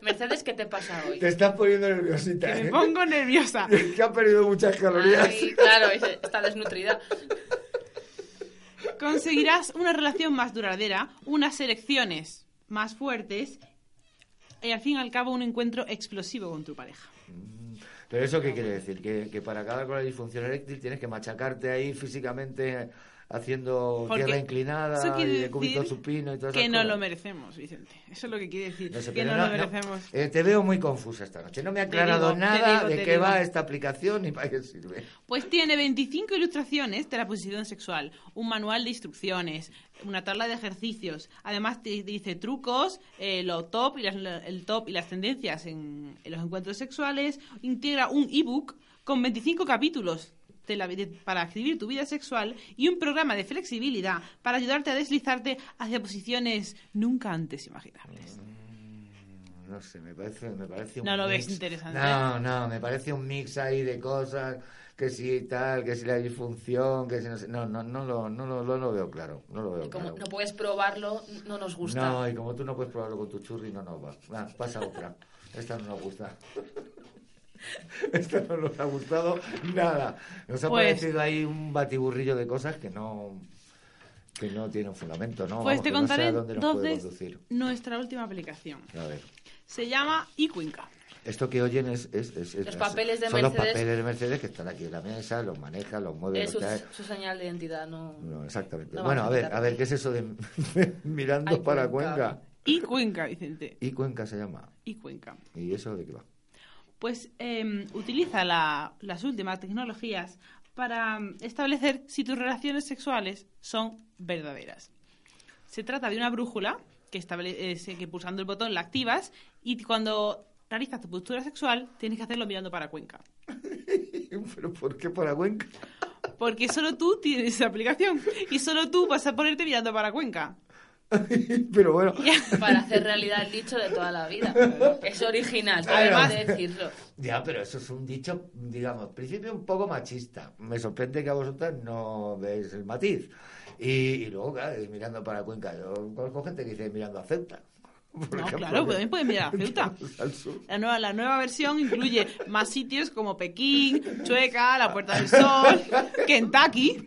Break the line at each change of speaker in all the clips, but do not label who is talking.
Mercedes, ¿qué te pasa hoy?
Te estás poniendo nerviosita.
Que me
¿eh?
pongo nerviosa.
Que has perdido muchas calorías.
Ay, claro, es- está desnutrida.
Conseguirás una relación más duradera, unas elecciones más fuertes y al fin y al cabo un encuentro explosivo con tu pareja.
Pero eso qué quiere decir? Que, que para acabar con la disfunción eréctil tienes que machacarte ahí físicamente haciendo
Porque
tierra inclinada
eso quiere
y de cúbito
decir
supino y todas
Que
esas
no
cosas.
lo merecemos, Vicente. Eso es lo que quiere decir.
No sé,
que
pero
no,
no,
lo
no.
merecemos.
Eh, te veo muy confusa esta noche. No me ha
Te digo,
aclarado
te
nada
digo,
de
te
qué
digo.
va esta aplicación y para qué sirve.
Pues tiene 25 ilustraciones de la posición sexual, un manual de instrucciones, una tabla de ejercicios. Además te dice trucos, eh, lo top y las, el top y las tendencias en, en los encuentros sexuales. Integra un ebook con 25 capítulos de la- de- para escribir tu vida sexual y un programa de flexibilidad para ayudarte a deslizarte hacia posiciones nunca antes imaginables.
Mm, No sé, me parece, me parece un
No lo
mix.
ves interesante.
No, no, me parece un mix ahí de cosas, que si tal, que si la disfunción, que si no sé. No, no, no lo, no lo, no lo veo claro. No lo veo
Y como
claro.
no puedes probarlo, no nos gusta.
No, y como tú no puedes probarlo con tu churri, no nos va. Va, pasa otra. Esta no nos gusta. Esta no nos ha gustado nada. Nos ha
Pues-
parecido ahí un batiburrillo de cosas que no que no tienen fundamento, ¿no?
Pues
Vamos,
te
que no sé a
contaré
dónde nos puede
entonces
conducir.
nuestra última aplicación.
A ver.
Se llama iCuenca.
Esto que oyen es, es- es- es-
Los papeles de
son los
Mercedes.
papeles de Mercedes que están aquí en la mesa, los maneja, los mueve, los
es su,
trae.
su señal de identidad, no.
No, exactamente.
No
bueno, a
vamos a
ver,
quitar.
a ver, ¿qué es eso de mirando
Ay,
para
Cuenca.
Cuenca?
iCuenca, Vicente.
Y Cuenca se llama.
iCuenca.
¿Y eso de qué va?
Pues eh, utiliza la- las últimas tecnologías para mm, establecer si tus relaciones sexuales son verdaderas. Se trata de una brújula que, estable- eh, se- que pulsando el botón la activas y cuando realizas tu postura sexual tienes que hacerlo mirando para Cuenca.
¿Pero por qué para Cuenca?
Porque solo tú tienes esa aplicación y solo tú vas a ponerte mirando para Cuenca.
Pero bueno,
Para hacer realidad el dicho de toda la vida. Es original,
Además-
además de decirlo.
ya, pero eso es un dicho, digamos, principio un poco machista. Me sorprende que a vosotras no veis el matiz. Y, y luego, claro, y mirando para Cuenca. Yo conozco gente que dice mirando a Ceuta. por
No,
ejemplo,
claro,
que-
también pueden mirar a Ceuta.
al sur.
La nueva, la nueva versión incluye más sitios como Pekín, Chueca, la Puerta del Sol, Kentucky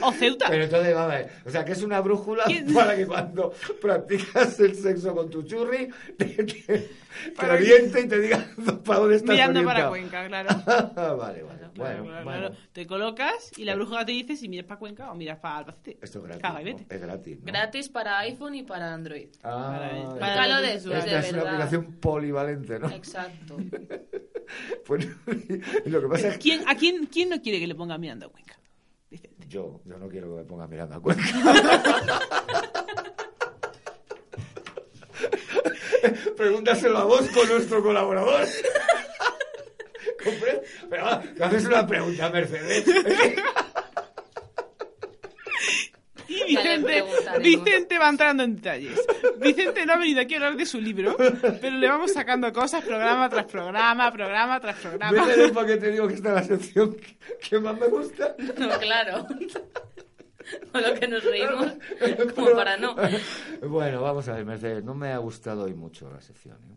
o Ceuta.
Pero entonces, vamos a ver, o sea, que es una brújula
¿Quién-
para que cuando practicas el sexo con tu churri, te, te- te
Para que-
oriente y te diga para dónde estás
Mirando para
orientado.
Cuenca, claro.
vale, vale.
Claro,
Bueno,
claro,
bueno.
claro. Te colocas y la brújula te dice si miras para Cuenca o miras para Albacete.
Esto es gratis.
Caga y
¿no?
vete.
Es gratis. ¿no?
Gratis para iPhone y para Android.
Ah,
Para-
Para lo de,
Esta
de
Esta es una
verdad.
aplicación polivalente, ¿no?
Exacto.
Pues, lo que pasa es que
¿Quién, ¿A quién, quién no quiere que le ponga mirando a Cuenca? Dice,
yo, yo no quiero que me pongas mirando a Cuenca. Pregúntaselo a vos con nuestro colaborador. ¿Comprendes? Pero ah, que haces una pregunta, Mercedes.
Y
Ya le
Vicente,
¿eh?
preguntaremos.
Vicente va entrando en detalles. Vicente no ha venido aquí a hablar de su libro, pero le vamos sacando cosas programa tras programa, programa tras programa.
Vete para que te digo que esta es la sección que- que más me gusta.
No, claro. Con lo que nos reímos, como para no.
Bueno, vamos a ver, Mercedes, no me ha gustado hoy mucho la sección, ¿eh?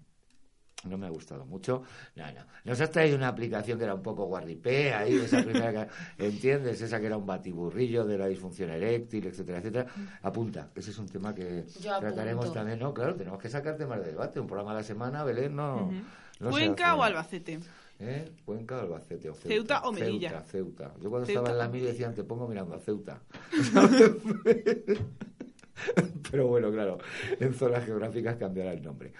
No me ha gustado mucho. No, no. Nos has traído una aplicación que era un poco guarripea ahí, esa primera que- ¿Entiendes? Esa que era un batiburrillo de la disfunción eréctil, etcétera, etcétera. Apunta, ese es un tema que
Yo apunto.
trataremos también, ¿no? Claro, tenemos que sacar temas de debate. Un programa a la semana, Belén, no. no se
Cuenca
hace.
o Albacete.
¿Eh? Cuenca o Albacete o Ceuta.
Ceuta o Melilla.
Ceuta, Ceuta. Yo cuando
Ceuta
estaba en la
o
mil decían, te pongo mirando a Ceuta. Pero bueno, claro, en zonas geográficas cambiará el nombre.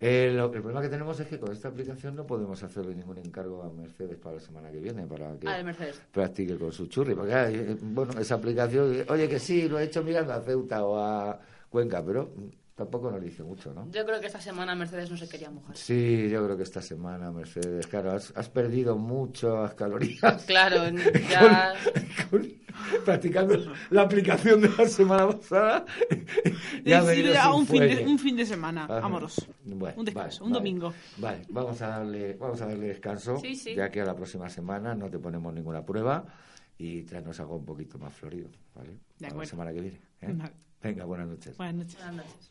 Eh, lo- el problema que tenemos es que con esta aplicación no podemos hacerle ningún encargo a Mercedes para la semana que viene, para que
A ver, Mercedes.
practique con su churri. Porque, ah, eh, bueno, esa aplicación, eh, oye, que sí, lo he hecho mirando a Ceuta o a Cuenca, pero mm, tampoco nos dice mucho, ¿no?
Yo creo que esta semana Mercedes no se quería mojar.
Sí, yo creo que esta semana, Mercedes, claro, has, has perdido muchas calorías
Claro, ya.
con- practicando la aplicación de la semana pasada.
Le
ha venido
sirve a
sin
un fin, de,
fuelle.
un fin de semana
Ajá.
amoroso.
Bueno,
un descanso,
vale,
un
vale.
domingo.
Vale, vamos a darle, vamos a darle descanso,
Sí, sí.
ya que a la próxima semana no te ponemos ninguna prueba y traernos algo un poquito más florido, ¿vale? Para la
acuerdo.
semana que viene. ¿eh?
Vale.
Venga, buenas noches.
Buenas noches.
Buenas noches.